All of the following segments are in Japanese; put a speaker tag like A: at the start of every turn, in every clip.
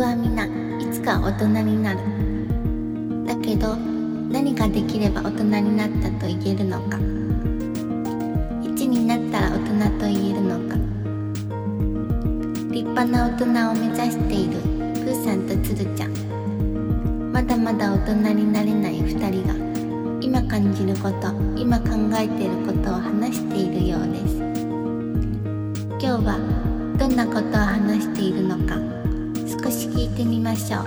A: はみんないつか大人になるだけど何ができれば大人になったと言えるのか1になったら大人と言えるのか立派な大人を目指しているプーさんとつるちゃんまだまだ大人になれない2人が今感じること今考えていることを話しているようです今日はどんなことを話しているのか少し聞いてみましょう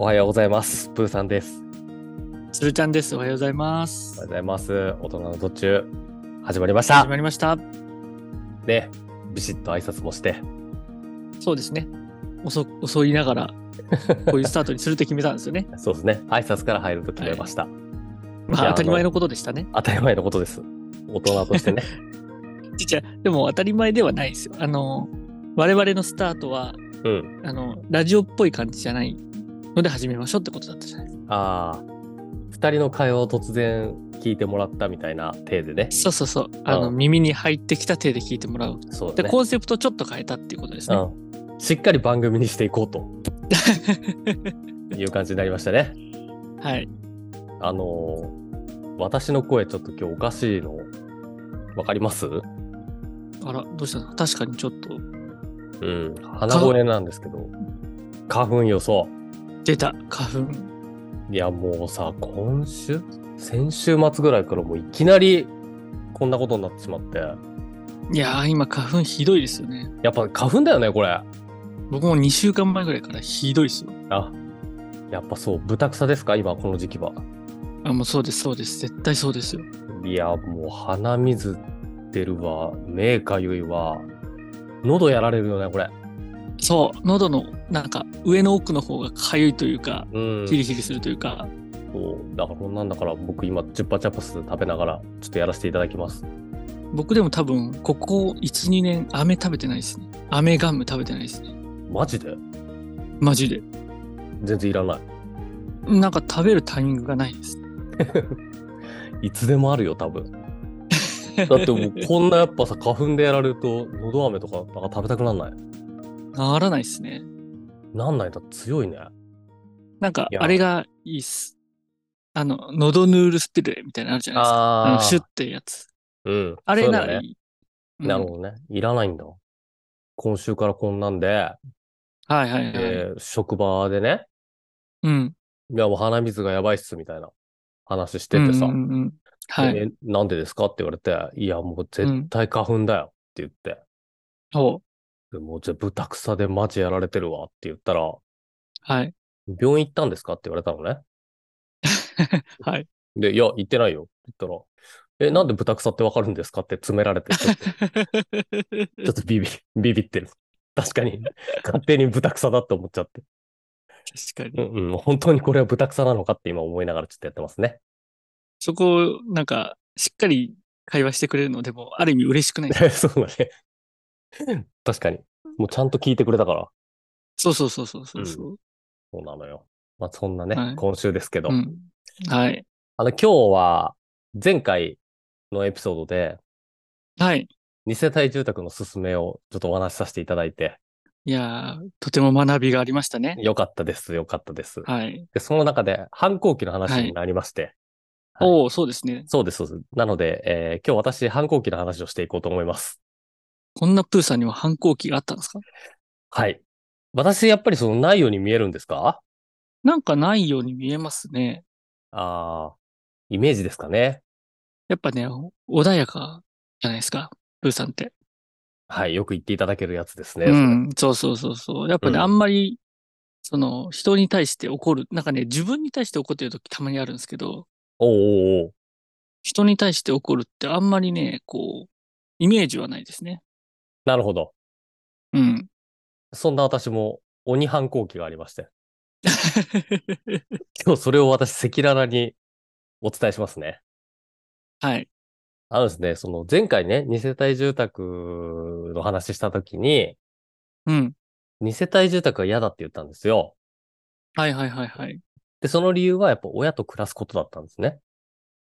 B: おはようございます。プーさんです。
C: つるちゃんです。おはようございま
B: お
C: す
B: はよう。ございます。大人の途中、始まりまし
C: 始
B: た。
C: まりました。
B: ね、ビシッと挨拶もして、
C: そうですね。遅遅い ながら、こういうスタートにするって決めたんですよね。
B: そうですね、挨拶から入ると決めました。い
C: まあ
B: や
C: 当たり前
B: あ
C: のことでしたね。
B: 当たり前のことです。大人と してね。
C: ちっちゃいでも当たり前ではないですよ。あの、我々のスタートは、
B: うん。
C: あの、ラジオっぽい感じじゃないので始めましょうってことだったじゃないですか。
B: ああ、二人の会話を突然聞いてもらったみたいな体でね。
C: そうそうそう。あの、
B: うん
C: 耳に入ってきた手で聞いてもらう。
B: そう
C: で、
B: だね。
C: コンセプトちょっと変えたっていうことですね。
B: うん。しっかり番組にしていこうという感じになりました ね。
C: はい。
B: あのー私の声ちょっと今日おかしいの、わかります
C: あら、どうしたの確かにちょっと
B: うん、鼻声なんですけど、花粉予想。
C: 出た花粉。
B: いや、もうさ、今週先週末ぐらいからもういきなりこんなことになってしまって。
C: いやー、今花粉ひどいですよね。
B: やっぱ花粉だよね、これ。
C: 僕も2週間前ぐらいからひどいですよ。
B: あ、やっぱそう、ブタクサですか今、この時期は。
C: あ、もうそうです、そうです。絶対そうですよ。
B: いや、もう鼻水出るわ、目かゆいわ、喉やられるよね、これ。
C: そう、喉の、なんか、上の奥の方がかゆいというか、
B: うん。
C: ヒリヒリするというか、
B: そうだから、こんなんだから、僕今、チュッパチャップス食べながら、ちょっとやらせていただきます。
C: 僕でも多分、ここ1、2年、飴食べてないですね。飴ガム食べてないですね。
B: マジで
C: マジで。
B: 全然いらない。
C: なんか食べるタイミングがないです。
B: いつでもあるよ、多分。だってもうこんなやっぱさ花粉でやられるとのど飴とかなんか食べたくなんない
C: ならないですね。
B: なんないだ強いね
C: なんか
B: い、や
C: あれがいいっす。あの、喉ヌールスピレみたいなのあるじゃないですか。あのシュッてやつ。
B: うん
C: あれな
B: そういう
C: ら
B: の
C: い
B: ね
C: い。
B: なる
C: ど。
B: ほどねいらないんだ今週からこんなんで、
C: はいはいはい。
B: えー職場でね
C: うん。
B: いやもう鼻水がやばいっすみたいな話しててさ、
C: うんうんうんはい。
B: でなんでですかって言われていやもう絶対花粉だよって言って、
C: そう。
B: でもうじゃ豚草でマジやられてるわって言ったら
C: はい。
B: 病院行ったんですかって言われたのね
C: はい。
B: で、いや、行ってないよって言ったら、え、なんで豚草ってわかるんですかって詰められて、ち ょっとちょっとビビ、ビビってる。確かに、勝手に豚草だって思っちゃって。
C: 確
B: う
C: かに。
B: んうん、本当にこれは豚草なのかって今思いながらちょっとやってますね。
C: そこ、なんか、しっかり会話してくれるのでも、ある意味嬉しく ないです
B: そうだね。確かに。もうちゃんと聞いてくれたから。
C: そうそうそうそうそうそう。
B: そうなのよ。まあそんなね、
C: はい
B: 今週ですけど、
C: うん。はい。
B: あの、今日は、前回のエピソードで、
C: はい。
B: 二世帯住宅のすすめをちょっとお話しさせていただいて、
C: いやー、とても学びがありましたね。
B: よかったです、よかったです。
C: はい。
B: で、その中で反抗期の話になりまして。はい
C: おおそうですね。
B: そうです、そうです。なので、えー今日私反抗期の話をしていこうと思います。
C: こんなプーさんにも反抗期があったんですか
B: はい。私、やっぱりそのないように見えるんですか
C: なんかないように見えますね。
B: ああ、イメージですかね。
C: やっぱね、お穏やかじゃないですか。プーさんって。
B: はい。よく言っていただけるやつですね。
C: うん。そうそうそうそう。やっぱね、
B: うん
C: あんまり、その、人に対して怒る。なんかね、自分に対して怒ってる時たまにあるんですけど、
B: おうおうおう
C: 人に対して怒るってあんまりね、こう、イメージはないですね。
B: なるほど。
C: うん。
B: そんな私も鬼反抗期がありまして。今日それを私、赤裸々にお伝えしますね。
C: はい。
B: あのですね、その前回ね、二世帯住宅の話したときに、
C: うん。
B: 二世帯住宅が嫌だって言ったんですよ。
C: はいはいはいはい。
B: で、その理由はやっぱ親と暮らすことだったんですね。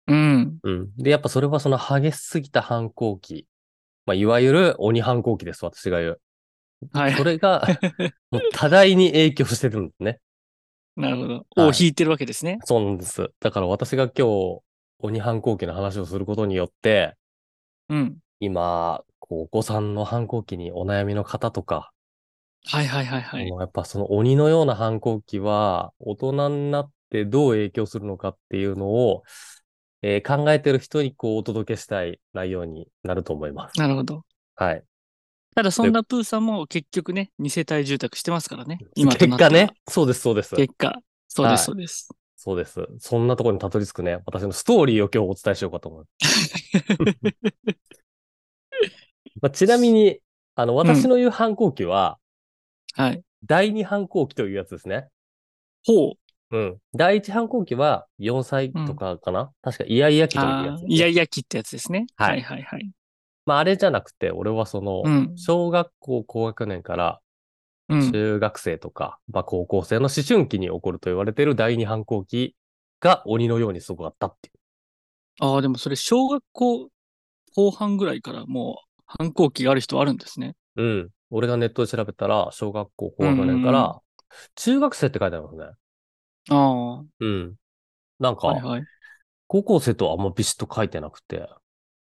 C: うん。
B: うん。で、やっぱそれはその激しすぎた反抗期まあ、いわゆる鬼反抗期です、私が言う。
C: はい
B: そ。れ が、もう多大に影響してるんですね。
C: なるほど。
B: はい
C: を引いてるわけですね。
B: そうなんです。だから私が今日、鬼反抗期の話をすることによって、
C: うん。
B: 今、こう、お子さんの反抗期にお悩みの方とか、
C: はいはいはいはい。
B: このやっぱその鬼のような反抗期は、大人になってどう影響するのかっていうのを、えー考えてる人にこうお届けしたい内容になると思います。
C: なるほど。
B: はい。
C: ただそんなプーさんも結局ね、二世帯住宅してますからね。今と
B: 結
C: なって
B: 果
C: は
B: ね。。そうです、そうです。
C: 結果。そう
B: は
C: で
B: い
C: すそうです。
B: そうです。そんなところにたどり着くね、私のストーリーを今日お伝えしようかと思う。 まあ、ちなみに、あの、私の言う反抗期は、
C: はい。
B: 第二反抗期というやつですね。
C: ほう。
B: うん。第一反抗期は4歳とかかな、確かイヤイヤ期というや
C: あ
B: つ
C: あ
B: です、
C: ー、イヤイヤ期ってやつですね。
B: はい
C: はいはいはい。
B: まあ、あれじゃなくて、俺はその、
C: うん。
B: 小学校高学年から
C: うん。
B: 中学生とか、まあ、高校生の思春期に起こると言われている第二反抗期が鬼のようにすごかったっていう。
C: ああ、でもそれ小学校後半ぐらいからもう反抗期がある人はあるんですね。
B: うん。俺がネットで調べたら、小学校高学年か
C: うんうん
B: ら、中学生って書いてありますね。
C: あ
B: うん。なん
C: あ、はい
B: か、
C: はい。
B: 高校生とはあんまビシッと書いてなくて、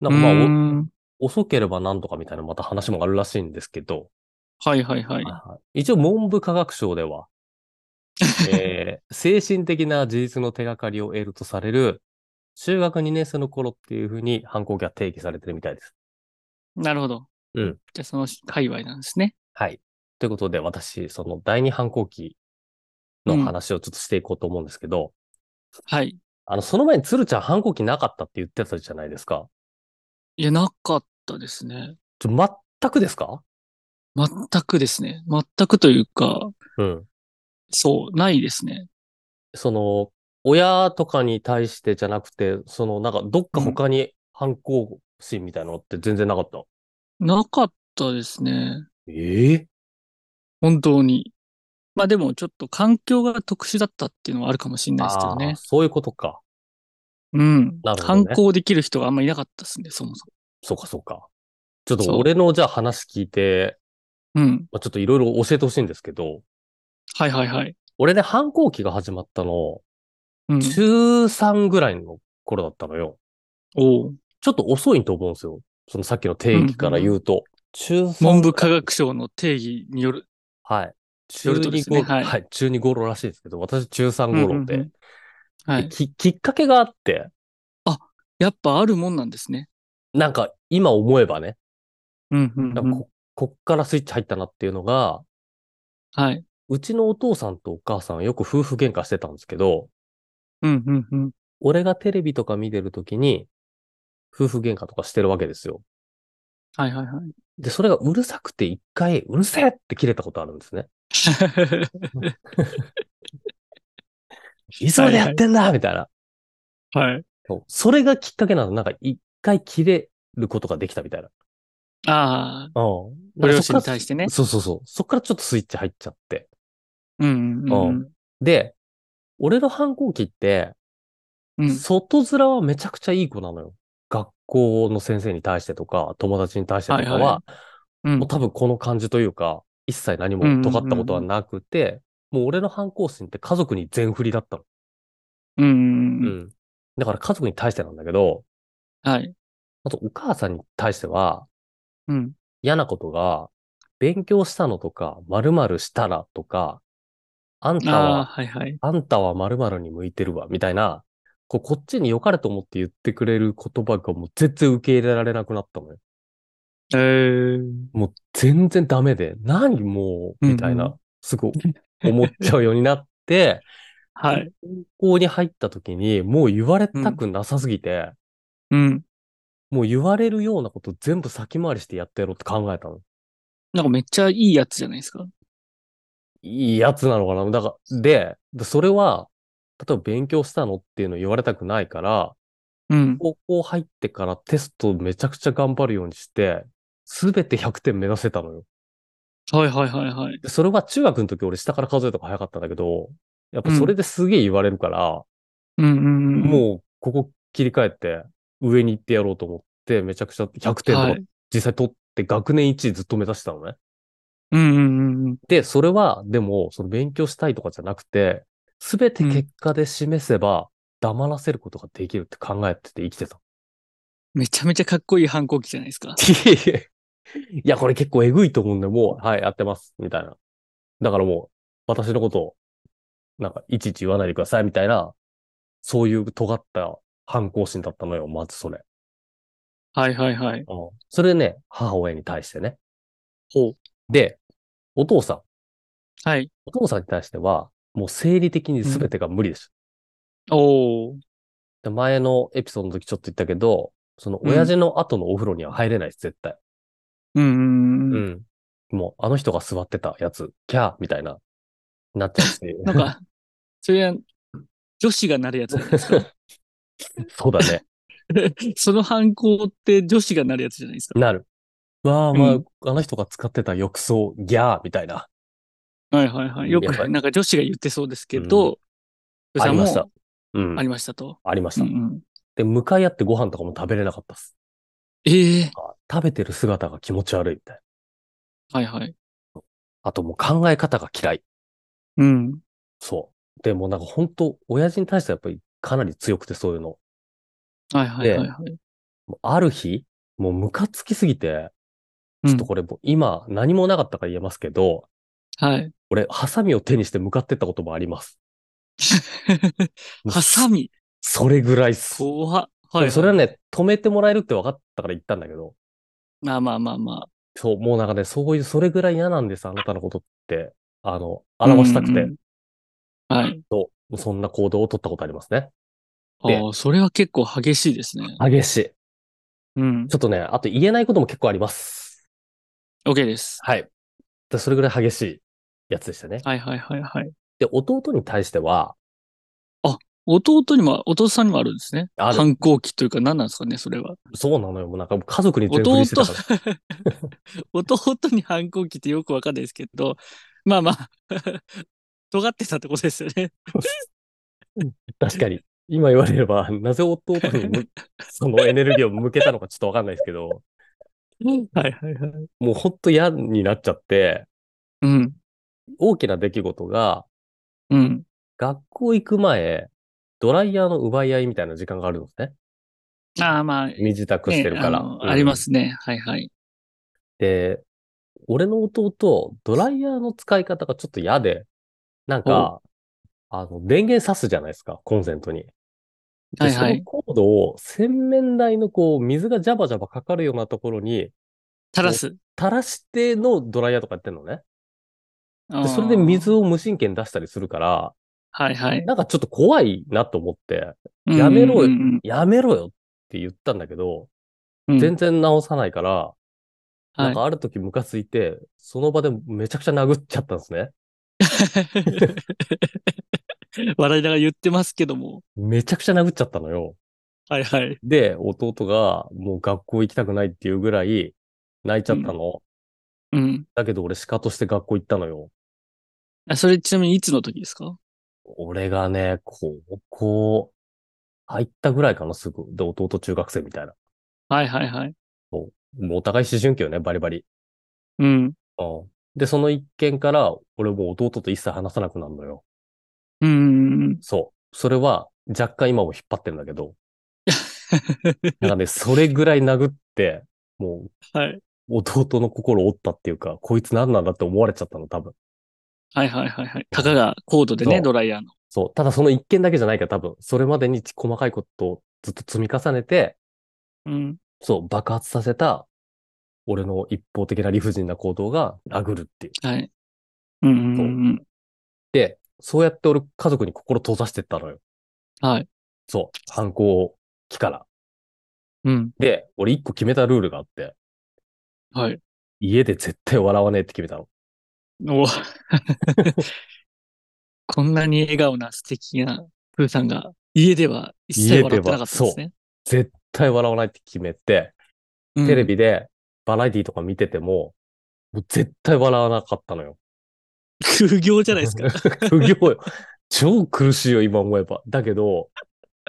B: なんかまあ
C: うー
B: お、
C: ん
B: 遅ければなんとかみたいなまた話もあるらしいんですけど、
C: はいはいはい。
B: はいはい一応文部科学省では、 えー精神的な事実の手がかりを得るとされる、中学2年生の頃っていうふうに反抗期が定義されてるみたいです。
C: なるほど。
B: うん
C: じゃあその界隈なんですね。
B: はい。ということで、私、その第二反抗期の話をちょっとしていこうと思うんですけど、
C: はい。
B: あの、その前に鶴ちゃん反抗期なかったって言ってたじゃないですか。
C: いや、なかったですね。
B: ちょ全くですか
C: 全くですね。全くというか、
B: うん。
C: そう、ないですね。
B: その、親とかに対してじゃなくて、その、なんか、どっか他に反抗心みたいなのって全然なかった。
C: なかったですね。
B: ええ
C: 本当に。まあでもちょっと環境が特殊だったっていうのはあるかもしれないですけど
B: あ
C: ね
B: ー。そういうことか。
C: うん。
B: なるほどね
C: 反抗できる人があんまいなかったですね、そもそ
B: そうか、そうか。ちょっと
C: そう
B: 俺のじゃあ話聞いて、
C: も。うん。
B: まあ、ちょっといろいろ教えてほしいんですけど、
C: はいはいはい。
B: 俺ね、反抗期が始まったの、
C: うん。
B: 中3ぐらいの頃だったのよ。
C: おう
B: ちょっと遅いと思うんですよ。そのさっきの定義から言うと。中3。
C: 文部科学省の定義による。
B: はい。中
C: よるとで
B: 2
C: すね
B: 頃、
C: は
B: はいい、中2頃らしいですけど、私中3頃で、
C: うんうんうんはい。
B: き、きっかけがあって、
C: やっぱあるもんなんですね。
B: なんか今思えばね、
C: うんうん
B: な
C: うん
B: か
C: ん。
B: ここっからスイッチ入ったなっていうのが、
C: はい。
B: うちのお父さんとお母さんはよく夫婦喧嘩してたんですけど、
C: うんうんうん。
B: 俺がテレビとか見てるときに、夫婦喧嘩とかしてるわけですよ。
C: はいはい
B: で、それがうるさくて一回、うるせえって切れたことあるんですね。
C: はい。
B: いつまでやってんだみたいな。
C: はい。
B: そうそれがきっかけなの。なんか一回切れることができたみたいな。
C: ああ、
B: うん。
C: ご両親に対しててね。
B: そうそうそう。そっからちょっとスイッチ入っちゃって。
C: うんうんうん
B: で、俺の反抗期って、
C: うん。うん。
B: 外面はめちゃくちゃいい子なのよ。学校の先生に対してとか、友達に対してとかは、
C: はいはうん
B: もう多分この感じというか、一切何も尖ったことはなくて、もう俺の反抗心って家族に全振りだったの。
C: うん
B: う
C: うんうん。
B: ん。だから家族に対してなんだけど、
C: はい。
B: あとお母さんに対しては
C: うん。
B: 嫌なことが、勉強したのとか、〇〇したらとか、あんた
C: ああ、
B: は、
C: はいはい。
B: あんたは〇〇に向いてるわ、みたいな、こうこっちに良かれと思って言ってくれる言葉がもう全然受け入れられなくなったのよ。
C: えー。
B: もう全然ダメで、何もう、みたい
C: うん
B: な、すごい思っちゃうようになって、
C: はい。
B: 高校に入った時に、もう言われたくなさすぎて、
C: うん。
B: もう言われるようなこと全部先回りしてやってやろうって考えたの。
C: なんかめっちゃいいやつじゃないですか。
B: いいやつなのかなだから、で、でそれは、例えば勉強したのっていうの言われたくないから、
C: うん。
B: 高校入ってからテストめちゃくちゃ頑張るようにして、すべて100点目指せたのよ。
C: はいはいはいはい。
B: でそれは中学の時俺下から数えた方が早かったんだけど、やっぱそれですげえ言われるから、
C: うんうんうん。
B: もうここ切り替えて上に行ってやろうと思って、めちゃくちゃ100点と
C: は
B: か
C: い
B: 実際取って学年1位ずっと目指してたのね。
C: うんうんうん。
B: で、それは、でも、その勉強したいとかじゃなくて、すべて結果で示せば、黙らせることができるって考えてて生きてた。
C: めちゃめちゃかっこいい反抗期じゃないですか。
B: いや、これ結構えぐいと思うんで、もう、はい、やってます、みたいな。だからもう、私のことを、なんか、いちいち言わないでください、みたいな、そういう尖った反抗心だったのよ、まずそれ。
C: はいはいはい。
B: うんそれね、母親に対してね。
C: ほう。
B: で、お父さん。
C: はい。
B: お父さんに対しては、もう生理的に全てが無理でした。
C: おー。
B: で前のエピソードの時ちょっと言ったけど、その
C: うん
B: 親父の後のお風呂には入れないです、絶対。
C: うんうんうん。
B: ん。もう、あの人が座ってたやつ、キャーみたいな、なっちゃうし。
C: なんか、それは、女子がなるやつじゃないですか。
B: そうだね。
C: その反抗って女子がなるやつじゃないですか。
B: なる。わあ、まあ、
C: うん
B: あの人が使ってた浴槽、ギャーみたいな。
C: はいはいはい。よ
B: やっぱ
C: く、
B: り
C: なんか女子が言ってそうですけど、う
B: あ
C: さ
B: り
C: んも
B: ました。うん
C: あ。りましたと。
B: ありました
C: うんう。ん、
B: で、向かい合ってご飯とかも食べれなかったっす。
C: ええ
B: 食べてる姿が気持ち悪いみたいな。
C: はいはい。
B: あともう考え方が嫌い。
C: うん。
B: そう。でもなんか本当、親父に対してはやっぱりかなり強くてそういうの。
C: はいはいはいはい。
B: もうある日、もうムカつきすぎて、
C: うん
B: ちょっとこれもう今何もなかったから言えますけど、
C: はい。
B: 俺、ハサミを手にして向かってったこともあります。もう
C: ハサミ。
B: それぐらいっす。
C: 怖っ。
B: で
C: は
B: も
C: い。
B: それは。ね、止めてもらえるって分かったから言ったんだけど、
C: まあまあまあま
B: そう、もうなんかね、そういう、それぐらい嫌なんです、あなたのことって、あの、
C: あ。
B: 表したくて
C: うん、うん。はい。
B: そうそんな行動を取ったことありますね。で
C: ああ、それは結構激しいですね。
B: 激しい。
C: うん
B: ち。ょっとね、あと言えないことも結構あります。
C: OK です。
B: はい。でそれぐらい激しいやつでしたね。
C: はいはいはいはい。
B: で、弟に対しては、
C: 弟にも、弟さんにもあるんですね。
B: ある
C: 反抗期というか何なんですかね、それは。
B: そうなのよ、もうなんか家族に全振
C: 弟
B: りしてたから。、
C: 弟 に反抗期ってよくわかんないですけど、まあまあ、 尖ってたってことですよね。
B: 確かに。今言われれば、なぜ弟にむそのエネルギーを向けたのかちょっとわかんないですけど、
C: はいはいはい。
B: もうほんと嫌になっちゃって、
C: うん。
B: 大きな出来事が、
C: うん。
B: 学校行く前、ドライヤーの奪い合いみたいな時間があるんですね。
C: ああまあ、ね
B: 身支度してるから。
C: あの
B: うん
C: ありま。すね。はいはい。
B: で、俺の弟、ドライヤーの使い方がちょっと嫌で、なんか、あの、電源挿すじゃないですか、コンセントに。で
C: はいはい
B: そのコードを洗面台のこう、水がジャバジャバかかるようなところに
C: 垂らす。
B: 垂らしてのドライヤーとかやってんのね。
C: あ
B: で、
C: ー
B: それで水。を無神経に出したりするから、
C: はいはい。
B: なんかちょっと怖いなと思って、やめろよ
C: うんうん
B: やめろよって言ったんだけど、
C: うんうん
B: 全然直さないから、
C: は
B: なん
C: い
B: かある時ムカついて、その場でめちゃくちゃ殴っちゃったんですね。
C: 笑いながら言ってますけども。
B: めちゃくちゃ殴っちゃったのよ。
C: はいはい。
B: で、弟がもう学校行きたくないっていうぐらい泣いちゃったの。
C: うん。
B: だけど俺鹿として学校行ったのよ。
C: あそれちなみにいつの時ですか
B: 俺がね、高校入ったぐらいかな、すぐ。で、弟中学生みたいな。
C: はいはいはい。
B: もうお互い思春期よね、バリバリ。
C: うん。
B: うん。で、その一件から、俺もう弟と一切話さなくなるのよ。
C: うんうんうん。
B: そう。それは若干今も引っ張ってんだけど。なんかね、それぐらい殴って、もう
C: はい。
B: 弟の心折ったっていうか、こいつ何なんだって思われちゃったの、多分。
C: はいはいはいはい。たかがコードで
B: そ
C: ね、
B: う
C: ドライヤーの。
B: そう。ただその一件だけじゃないから、多分。それまでに細かいことをずっと積み重ねて、
C: うん。
B: そう、爆発させた、俺の一方的な理不尽な行動が殴るっていう。
C: はい。うんうんうん
B: で、そうやって俺家族に心閉ざしてったのよ。
C: うん。はい。
B: そう。反抗期から。
C: うん。
B: で、俺一個決めたルールがあって、
C: はい。
B: 家で絶対笑わねえって決めたの。
C: お こんなに笑顔な素敵なプーさんが、家では一切笑ってなかったんですね。
B: 絶対笑わないって決めて、テレ
C: ビ。
B: ビでバラエティとか見てても、もう絶対笑わなかったのよ。
C: 苦行じゃな いですか。
B: 苦行よ。超苦しいよ、今思えば。だけど、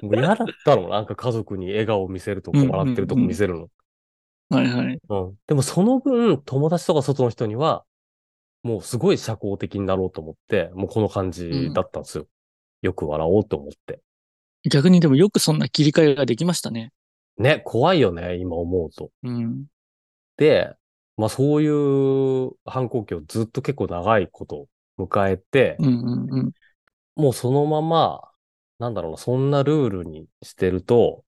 B: もう嫌だったの。なんか家族に笑顔を見せるとこ、
C: うん
B: 笑ってるとこ見せるの。
C: はいはい。
B: うん。でもその分、友達とか外の人には、もうすごい社交的になろうと思って、もうこの感じだったんですよ。よく笑おうと思って。
C: 逆にでもよくそんな切り替えができましたね。
B: ね、怖いよね、今思うと。
C: うん。
B: で、まあそういう反抗期をずっと結構長いこと迎えて、
C: うんうんうん。
B: もうそのまま、なんだろうな、そんなルールにしてると、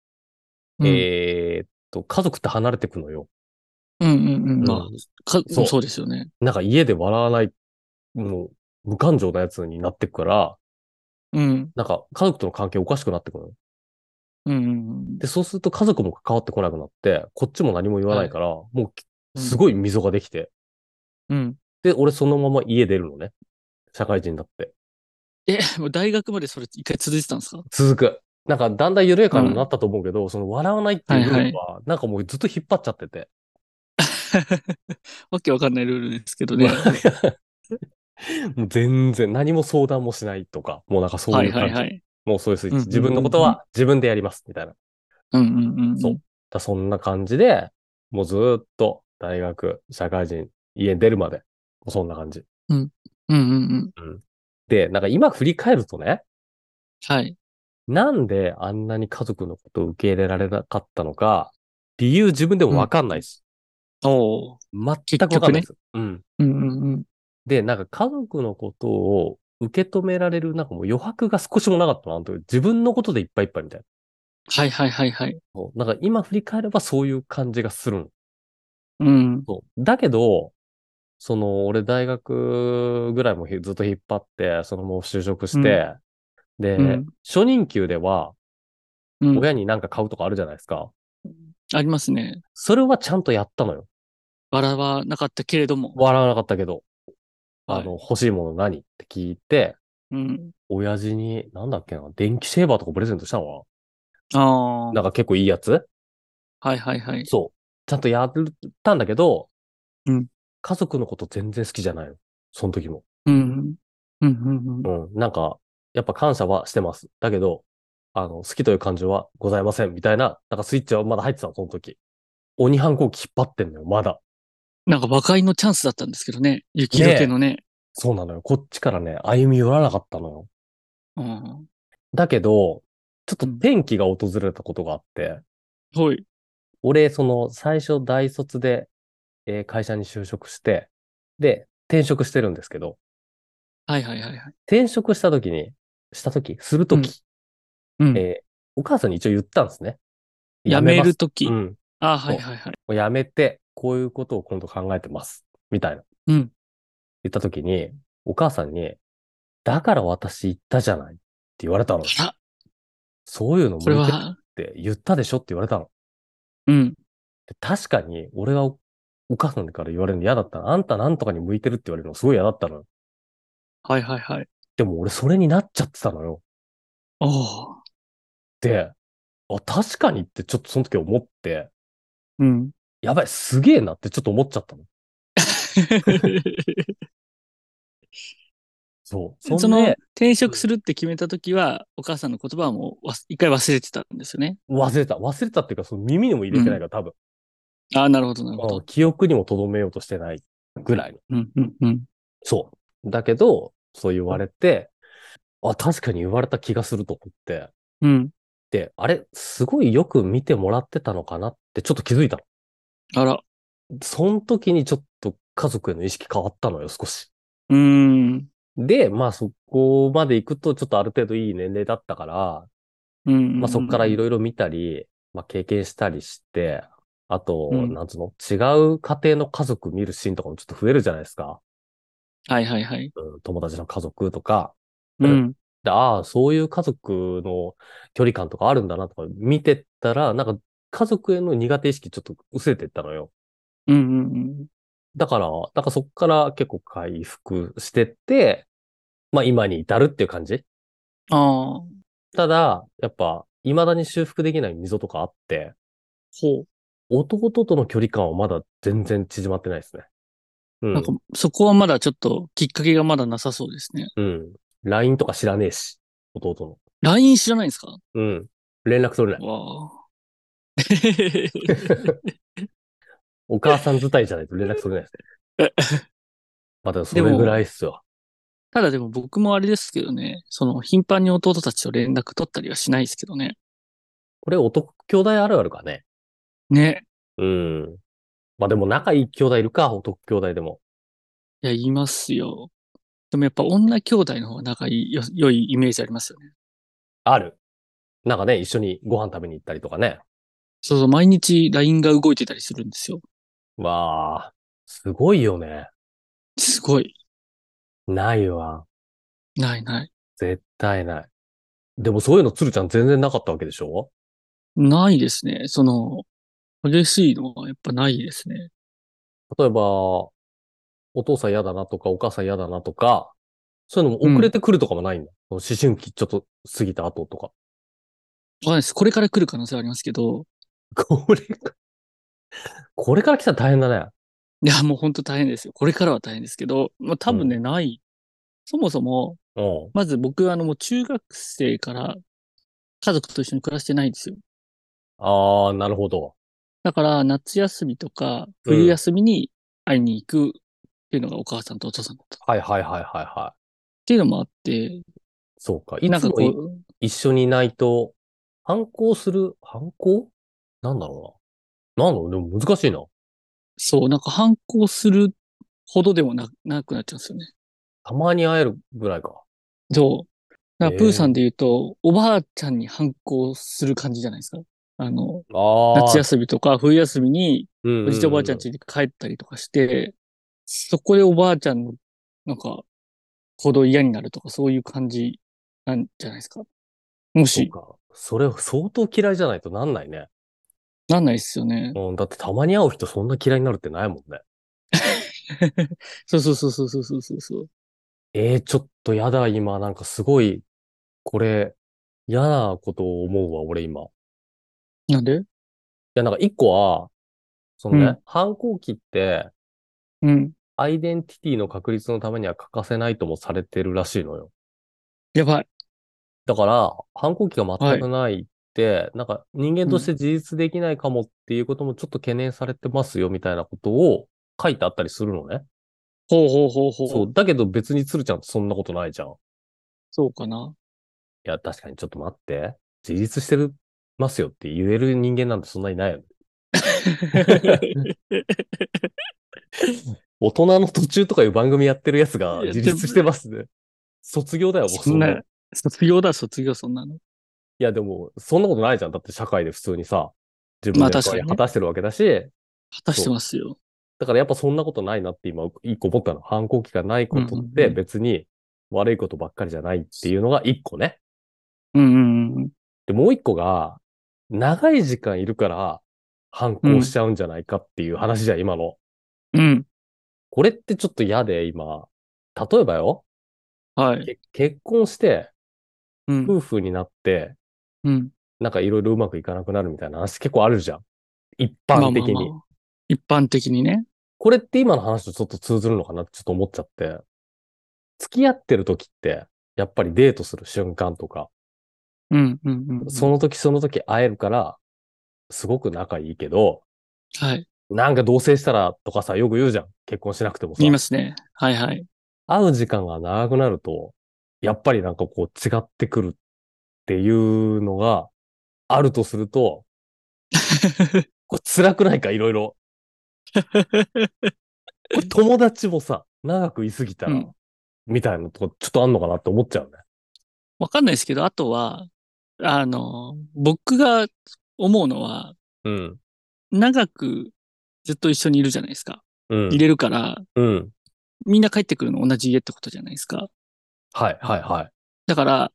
C: うん
B: えーっと、家族って離れてくのよ。
C: うんうんうん。ま
B: うん
C: あ、か
B: そう
C: そうですよね。
B: なんか家で笑わない、もう無感情なやつになってくから、
C: うん。
B: なんか家族との関係おかしくなってくのよ。
C: うんうん
B: で、そうすると家族も関わってこなくなって、こっちも何も言わないから、もう
C: うん。
B: すごい溝ができて。
C: うん。うん。
B: で、俺そのまま家出るのね。社会人になって。
C: え、もう大学までそれ一回続いてたんですか
B: 続く。なんかだんだん緩やかになったと思うけど、その笑わないっていうのは、
C: はい
B: なんかもうずっと引っ張っちゃってて。
C: わけわかんないルールですけどね。
B: もう全然何も相談もしないとか、もうなんかそう
C: はいいう
B: 感じ。
C: はいはい。
B: もうそういうスイッチ。
C: うんうんうん
B: 自分のことは自分でやります、みたいな。だか
C: うんうんうん。
B: そうらそんな感じで、もうずーっと大学、社会人、家に出るまで、もうそんな感じ。
C: うんうんうん。
B: で、なんか今振り返るとね、
C: はい。
B: なんであんなに家族のことを受け入れられなかったのか、理由自分でもわかんないです。
C: おー
B: 全くわかんないです。うん。
C: うんうんうん。
B: で、なんか家族のことを受け止められる、なんかもう余白が少しもなかったな、という自分のことでいっぱいいっぱいみたいな。
C: はいはいはいはい。
B: そうなんか今振り返ればそういう感じがするの。
C: うん。
B: そうだけど、その、俺大学ぐらいもひずっと引っ張って、そのもう就職して、で、
C: うん
B: 初任給では、
C: うん
B: 親になんか買うとかあるじゃないですか。
C: ありますね。
B: それはちゃんとやったのよ。
C: 笑わなかったけれども。
B: 笑わなかったけど。
C: はい
B: あの、欲しいもの何って聞いて、
C: うん。
B: 親父に、なんだっけな、電気シェーバーとかプレゼントしたのか
C: あ
B: なな
C: あ。
B: んか結構いいやつ
C: はいはいはい。
B: そう。ちゃんとやったんだけど、
C: うん
B: 家族のこと全然好きじゃないの。その時も。
C: うん。うんうんうん。
B: うん。なんか、やっぱ感謝はしてます。だけど、あの、好きという感情はございません。みたいな、なんかスイッチはまだ入ってたの、その時。鬼反抗期引っ張ってんのよ、まだ。
C: なんか和解のチャンスだったんですけどね。雪解けのね。
B: そうなのよ。こっちからね、歩み寄らなかったのよ。
C: うん。
B: だけど、ちょっと
C: うん
B: 転機が訪れたことがあって、
C: はい。
B: 俺、その、最初大卒で、えー会社に就職して、で、転職してるんですけど、
C: はいはいはいはい。
B: 転職した時に、した時する時
C: うん。
B: えーお母さんに一応言ったんですね。
C: やめ
B: ます
C: るとき。
B: うん。も
C: ああ、はいはいはい。
B: うやめて、こういうことを今度考えてます。みたいな。
C: うん。
B: 言った時に、お母さんに、だから私言ったじゃないって言われたの。
C: あら、
B: そういうの
C: これ
B: 向いてっ
C: は、
B: て言ったでしょって言われたの。
C: うん。
B: で確かに、俺がおお母さんから言われるの嫌だったの。あんたなんとかに向いてるって言われるのすごい嫌だったのよ。
C: はいはいはい。
B: でも俺それになっちゃってたのよ。
C: おお。
B: で、あ、確かにってちょっとその時思って、
C: うん。
B: やばい、すげえなってちょっと思っちゃったの。そう。そんで
C: その、転職するって決めたときは、お母さんの言葉はもうわ一回忘れてたんですよね。
B: 忘れた。忘れたっていうか、その耳にも入れてないから、多分、
C: ああ、なるほど、なるほ
B: あの
C: ど。
B: 記憶にも留めようとしてないぐらいの。
C: うん、うん、うん。
B: そう。だけど、そう言われて、あ、確かに言われた気がすると思って、
C: うん。
B: で、あれ、すごいよく見てもらってたのかなってちょっと気づいたの。
C: あら、
B: その時にちょっと家族への意識変わったのよ、少し。
C: うーん、
B: で、まあそこまで行くと、ちょっとある程度いい年齢だったから、
C: うんうん。
B: まあそこからい
C: ろ。
B: ろいろ見たり、まあ経験したりして、あと、
C: うん
B: なんつうの、違う家庭の家族見るシーンとかもちょっと増えるじゃないですか。
C: はいはいはい。
B: うん、友達の家族とか。
C: うん。
B: でああ、そういう家族の距離感とかあるんだなとか見てったら、なんか家族への苦手意識ちょっと薄れてったのよ。
C: うんうん
B: だから、なんかそこから結構回復してって、まあ今に至るっていう感じ。
C: うん。ああ、
B: ただ、やっぱ、未だに修復できない溝とかあって、
C: ほ
B: 弟との距離感はまだ全然縮まってないですね。う
C: う。
B: ん。
C: なんか、そこはまだちょっと、きっかけがまだなさそうですね。
B: うん。LINE とか知らねえし、弟
C: LINE 知らないんですかわ
B: の。うん。連絡取れない。
C: あ。
B: お母さん伝いじゃないと連絡取れないです ね。まあでもそれぐらいっすよ。
C: ただでも僕もあれですけどね、その頻繁に弟たちと連絡取ったりはしないですけどね。
B: これ男兄弟あるあるかね。
C: ね。
B: うん。まあでも仲いい兄弟いるか、男兄弟でも。
C: いや、言いますよ。でもやっぱ女兄弟の方が仲いい、よ、良いイメージありますよね。
B: ある。なんかね、一緒にご飯食べに行ったりとかね。
C: そうそう、毎日 LINE が動いてたりするんですよ。
B: わあ、すごいよね。
C: すごい。
B: ないわ。
C: ないない。
B: 絶対ない。でもそういうの鶴ちゃん全然なかったわけでしょ
C: ないですね。その、激しいのはやっぱないですね。
B: 例えば、お父さん嫌だなとか、お母さん嫌だなとか、そういうのも遅れてくるとかもないんだ。その思春期ちょっと過ぎた後とか。
C: わかんないです。これから来る可能性はありますけど、
B: これか。これから来たら大変だね。
C: いや、もう本当大変ですよ。これからは大変ですけど、まあ多分ね、ない。そもそも、
B: うん。
C: まず僕はあのもう中学生から家族と一緒に暮らしてないんですよ。
B: ああ、なるほど。
C: だから夏休みとか
B: うん
C: 冬休みに会いに行くっていうのがお母さんとお父さんだった。っ
B: はいはいはいはいはい。
C: ていうのもあって、
B: そうか。い
C: なん
B: つ
C: か
B: も
C: こ、
B: いう一緒にいないと、反抗する、反抗なんだろうな。なんだろう、でも難しいな。
C: そう、なんか反抗するほどでもななくなっちゃうんですよね。
B: たまに会えるぐらいか。
C: そう。だから
B: へえ
C: プーさんで言うと、おばあちゃんに反抗する感じじゃないですか。あの、
B: ああ。
C: 夏休みとか冬休みに
B: み、
C: おじいちゃんおばあちゃん家に帰ったりとかして、そこでおばあちゃんの、なんか、行動嫌になるとか、そういう感じなんじゃないですか。も
B: そう
C: し、
B: か。それ相当嫌いじゃないとなんないね。
C: なんないっすよね。
B: うん、だってたまに会う人そんな嫌いになるってないもんね。
C: そうそうそうそうそうそうそうそう。
B: えー、ちょっとやだ、今。なんかすごい、これ、嫌なことを思うわ、俺今。い
C: なんで
B: や、なんか一個は、そのね、
C: うん
B: 反抗期って、
C: うん。
B: アイデンティティの確立のためには欠かせないともされてるらしいのよ。
C: やばい。
B: だから、反抗期が全くないって、なんか人間として自立できないかもっていうこともちょっと懸念されてますよ、みたいなことを書いてあったりするのね。
C: ほうほうほうほう。
B: そ。う。だけど別に鶴ちゃんってそんなことないじゃん。い
C: そうかな。
B: や、確かにちょっと待って。自立してるますよって言える人間なんてそんなにないよ ね。大人の途中とかいう番組やってるやつが
C: いや
B: 自立してますね。卒業だよ、もう
C: そん
B: い
C: な、卒業だ、卒業、そんなの。
B: や、でも、そんなことないじゃん。だって社会で普通にさ、自
C: ま
B: 分
C: あ
B: で
C: 確かにね
B: 果たしてるわけだし、
C: 果たしてますよ。
B: だからやっぱそんなことないなって今、一個思ったの。反抗期がないこと
C: うん
B: っ
C: うん
B: て
C: うん
B: 別に悪いことばっかりじゃないっていうのが一個ね。
C: うんうんうん。
B: で、もう一個が、長い時間いるから反抗しちゃうんじゃないかっていう話じゃん、今の。
C: うん。
B: これってちょっと嫌で、今。例えばよ、
C: はい。
B: け結婚して、
C: うん。
B: 夫婦になって、
C: うん。
B: なんかいろいろうまくいかなくなるみたいな話結構あるじゃん。一般的に。
C: まあまあまあ一般的にね。
B: これって今の話とちょっと通ずるのかなってちょっと思っちゃって。付き合ってる時って、やっぱりデートする瞬間とか、
C: うんうんうんうん。
B: その時その時会えるから、すごく仲いいけど、
C: はい。
B: なんか同棲したらとかさ、よく言うじゃん。結婚しなくてもさ
C: 言い。ますね。は いはい。
B: 会う時間が長くなると、やっぱりなんかこう違ってくるっていうのがあるとすると、これ辛くないか、いろいろ。これ友達もさ、長くいすぎたら、
C: うん
B: みたいなとこちょっとあんのかなって思っちゃうね。
C: わかんないですけど、あとは、あの、僕が思うのは、
B: うん。
C: 長くずっと一緒にいるじゃないですか。
B: うん
C: い。れるから、
B: うん。
C: みんな帰ってくるの同じ家ってことじゃないですか。
B: はい、はい、はい。
C: だから、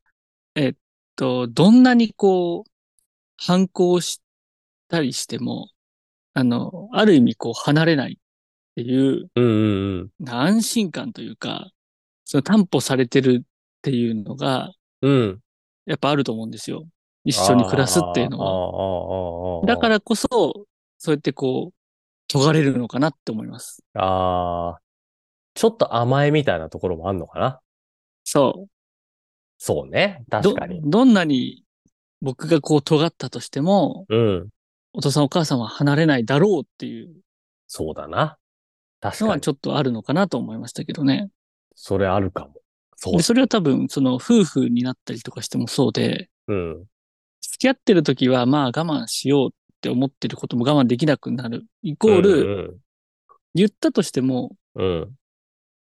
C: えっと、どんなにこう、反抗したりしても、あの、ある意味こう離れないっていう
B: うん、うん、
C: 安心感というか、その担保されてるっていうのが、
B: うん。うん。
C: やっぱあると思うんですよ。一緒に暮らすっていうの
B: は、
C: は。だかららこそ、そうやってこう、尖れるのかなって思います。
B: あーちょっと甘えみたいなところもあんのかな。
C: そ
B: そうね。
C: う。ど
B: 確かに、。
C: どんなに僕がこう尖ったとしても、
B: うん。
C: お父さんお母さんは離れないだろうっていう
B: そうだな。確
C: の
B: か
C: は
B: に。
C: ちょっとあるのかなと思いましたけどね。
B: それあるかも。そう
C: で、。それは多分、その夫婦になったりとかしてもそうで、
B: うん。
C: 付き合ってる時はまあ我慢しようって思ってることも我慢できなくなる。イコール、
B: うん
C: 言ったとしても、
B: うん。うん。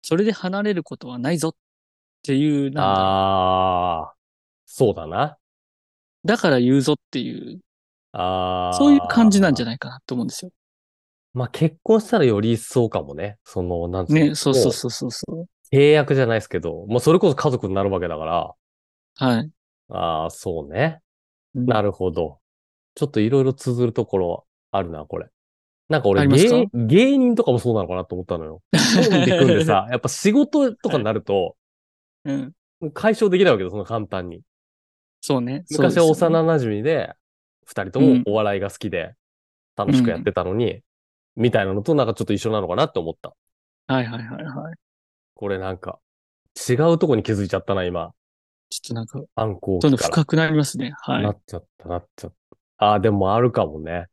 C: それで離れることはないぞっていう、なんだろう
B: ああ、そうだな。
C: だから言うぞっていう、
B: ああ。
C: そういう感じなんじゃ
B: ない
C: ないかなと思うんですよ。
B: まあ、結婚したらより一層かもね。その、なんつの
C: ね、そうそう
B: も
C: そうそうそう
B: 契約じゃないですけど、もうそれこそ家族になるわけだから、
C: う。はい。
B: ああ、そうね。
C: うん
B: なるほど。ちょっといろいろ通ずるところあるな、これ。なんか
C: あ
B: 俺
C: りますか
B: 芸、芸人とかもそうなのかなと思ったの よ。飲んでくんでさ、やっぱ仕事とかになると、
C: うん。
B: もう解消できないわけです、その簡単に。
C: そうね。そうで
B: 昔
C: す
B: は
C: よね
B: 幼馴染で、二人ともお笑いが好きで、楽しくやってたのに、みたいなのとなんかちょっと一緒なのかなって思った。
C: はいはいはいはい。
B: これなんか、違うとこに気づいちゃったな、今。
C: ちょっとなんか、
B: 反抗
C: どん
B: 期
C: どん
B: から。
C: 深くなりますね。は。
B: ないっちゃった、なっちゃった。ああ、でもあるかもね。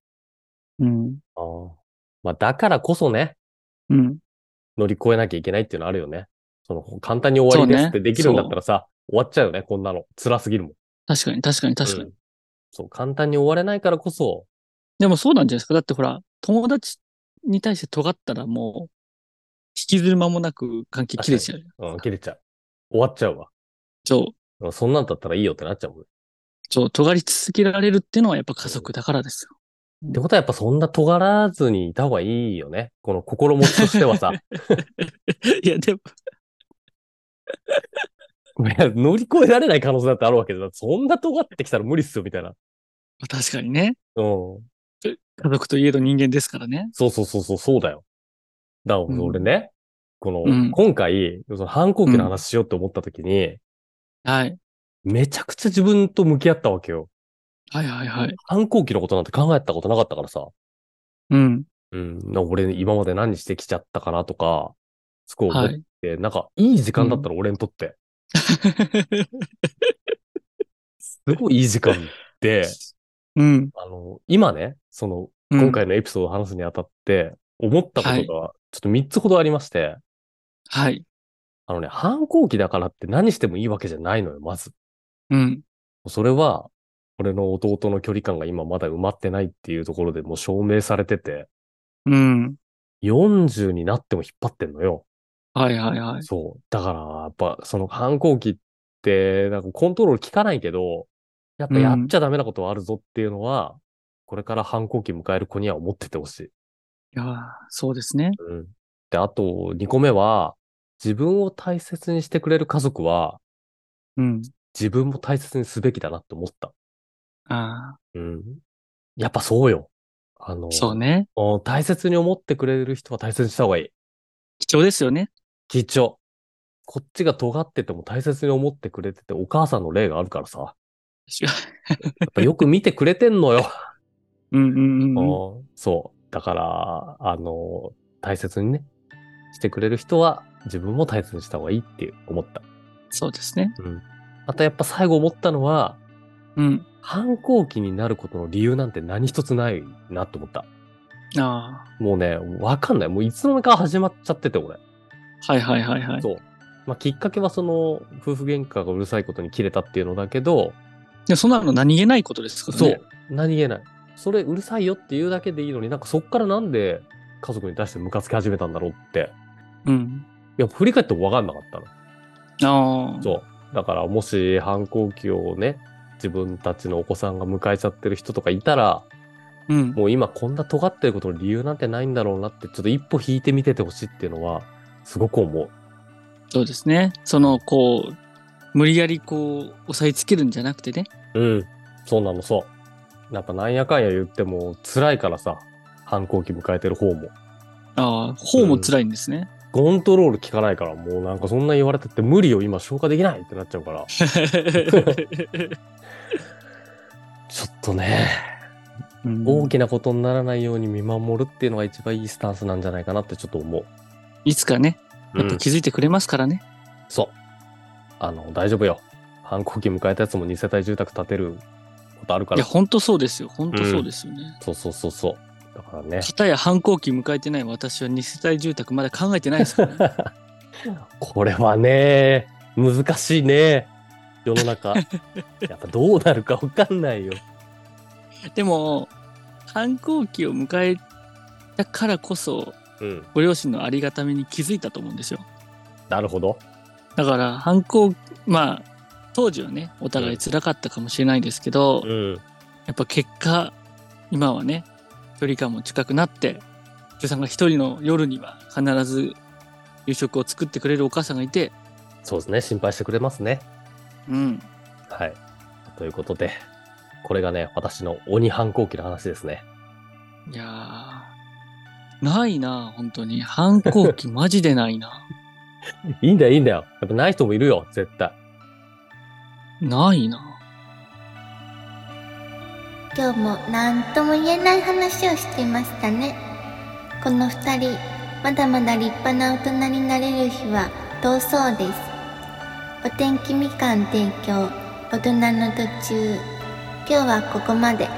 C: うん。
B: あーまあ、だからこそね、
C: うん。
B: 乗り越えなきゃいけないっていうのあるよね。その、簡単に終わりですって
C: そうね
B: できるんだったらさ、終わっちゃうよね、こんなの。辛すぎるもん。
C: 確かに確かに確かに。
B: うんそう、簡単に終われないからこそ、
C: でもそうなんじゃないですか。だってほら、友達に対して尖ったらもう、引きずる間もなく関係切れちゃう。
B: うん、切れちゃう。終わっちゃうわ。
C: そう。
B: うんそんなんだったらいいよってなっちゃうもんね。
C: そう、尖り続けられるっていうのはやっぱ家族だからですよ。
B: ってことはやっぱそんな尖らずにいた方がいいよね。この心持ちとしては さ。
C: いや、でも、
B: いや乗り越えられない可能性だってあるわけだ。そんな尖ってきたら無理っすよ、みたいな。
C: 確かにね。
B: うん。
C: 家族といえど人間ですからね。
B: そうそうそうそう、そうだよ。だから
C: うん
B: 俺ね、この、
C: うん
B: 今回、その反抗期の話しようって思った時に、
C: はい。
B: めちゃくちゃ自分と向き合ったわけよ。
C: はいはいはい。
B: 反抗期のことなんて考えたことなかったからさ。
C: うん。
B: うん。な俺、今まで何してきちゃったかなとか、すごい思
C: は
B: っ
C: い。
B: て、なんか、いい時間だったの、俺にとって。すごいいい時間 で、
C: うん。
B: あの、今ね、その、
C: うん
B: 今。回のエピソードを話すにあたって、思ったことが、
C: はい
B: ちょっと3つほどありまして、
C: はい。
B: あのね、反抗期だからって何してもいいわけじゃないのよ、まず。
C: うん。
B: それは、俺の弟の距離感が今まだ埋まってないっていうところでもう証明されてて、
C: うん。
B: 40になっても引っ張ってんのよ。
C: はいはいはい。
B: そう。だから、やっぱ、その反抗期って、なんかコントロール効かないけど、やっぱやっちゃダメなことはあるぞっていうのは、これから反抗期迎える子には思っててほしい。
C: いやーそうですね。
B: うん。で、あと、2個目は、自分を大切にしてくれる家族は、
C: うん。
B: 自分も大切にすべきだなって思った。
C: ああ、
B: うん。やっぱそうよ。あの、
C: そうね。
B: うん大切に思ってくれる人は大切にした方がいい。
C: 貴重ですよね。
B: 貴重。こっちが尖ってても大切に思ってくれてて、お母さんの例があるからさ。やっぱよく見てくれてんのよ。
C: うん うんうん。
B: うんそう。だから、あの、大切にね、してくれる人は自分も大切にした方がいいって思った。
C: そうですね。
B: あとやっぱ最後思ったのは、
C: うん。
B: 反抗期になることの理由なんて何一つないなと思った。
C: あ
B: もうね、わかんない。もういつの間にか始まっちゃってて、俺。
C: あ、はいはいはいはい。
B: そう。まあ、きっかけはその、夫婦喧嘩がうるさいことに切れたっていうのだけど、
C: でそんなの何気ないことですからね。
B: そう。。何言えない。それうるさいよっていうだけでいいのになんかそっからなんで家族に対してムカつき始めたんだろうって。
C: うん。
B: いや、振り返ってもわかんなかったの。
C: ああ。
B: そう。だからもし反抗期をね、自分たちのお子さんが迎えちゃってる人とかいたら、
C: う。うん。
B: もう今こんな尖ってることの理由なんてないんだろうなって、ちょっと一歩引いてみててほしいっていうのは、すごく思う。
C: そうですね。その、こう、無理やりこう、押さえつけるんじゃなくてね。
B: うん。そうなの、そう。やっぱなんやかんや言っても辛いからさ、反抗期迎えてる方も。
C: ああ、方も辛いんですね。
B: コントロール効かないから、もうなんかそんな言われたって無理よ、今消化できないってなっちゃうから、ちょっとね、
C: うん
B: 大きなことにならないように見守るっていうのが一番いいスタンスなんじゃないかなってちょっと思う。
C: いつかね、やっ
B: う
C: ぱ
B: ん
C: 気づいてくれますからね。
B: そう。あの、大丈夫よ。反抗期迎えたやつも2世帯住宅建てることあるか
C: いや、
B: ら。
C: 本当そうですよ。本当そうですよね。
B: そうそうそうそう。だからね。
C: 片や反抗期迎えてない私は二世帯住宅まだ考えてないですからね
B: これはね、難しいね。世の 中。やっぱどうなるかわかんないよ。
C: でも、反抗期を迎えたからこそ、
B: うん。
C: ご両親のありがたみに気づいたと思うんですよ。
B: なるほど。
C: だから、反抗、まあ、当時はね、お互い辛かったかもしれないですけど、
B: うん。
C: やっぱ結果、今はね、距離感も近くなって、女さんが一人の夜には必ず夕食を作ってくれるお母さんがいて、
B: そうですね。心配してくれますね。
C: うん。
B: はい。ということで、これがね、私の鬼反抗期の話ですね。
C: いやー、ないな、本当に。反抗期マジでないな。
B: いいんだよ、いいんだよ。やっぱない人もいるよ、絶対。
C: ないな。
A: 今日も何とも言えない話をしてましたねこの2人まだまだ立派な大人になれる日は遠そうですお天気みかん提供大人の途中今日はここまで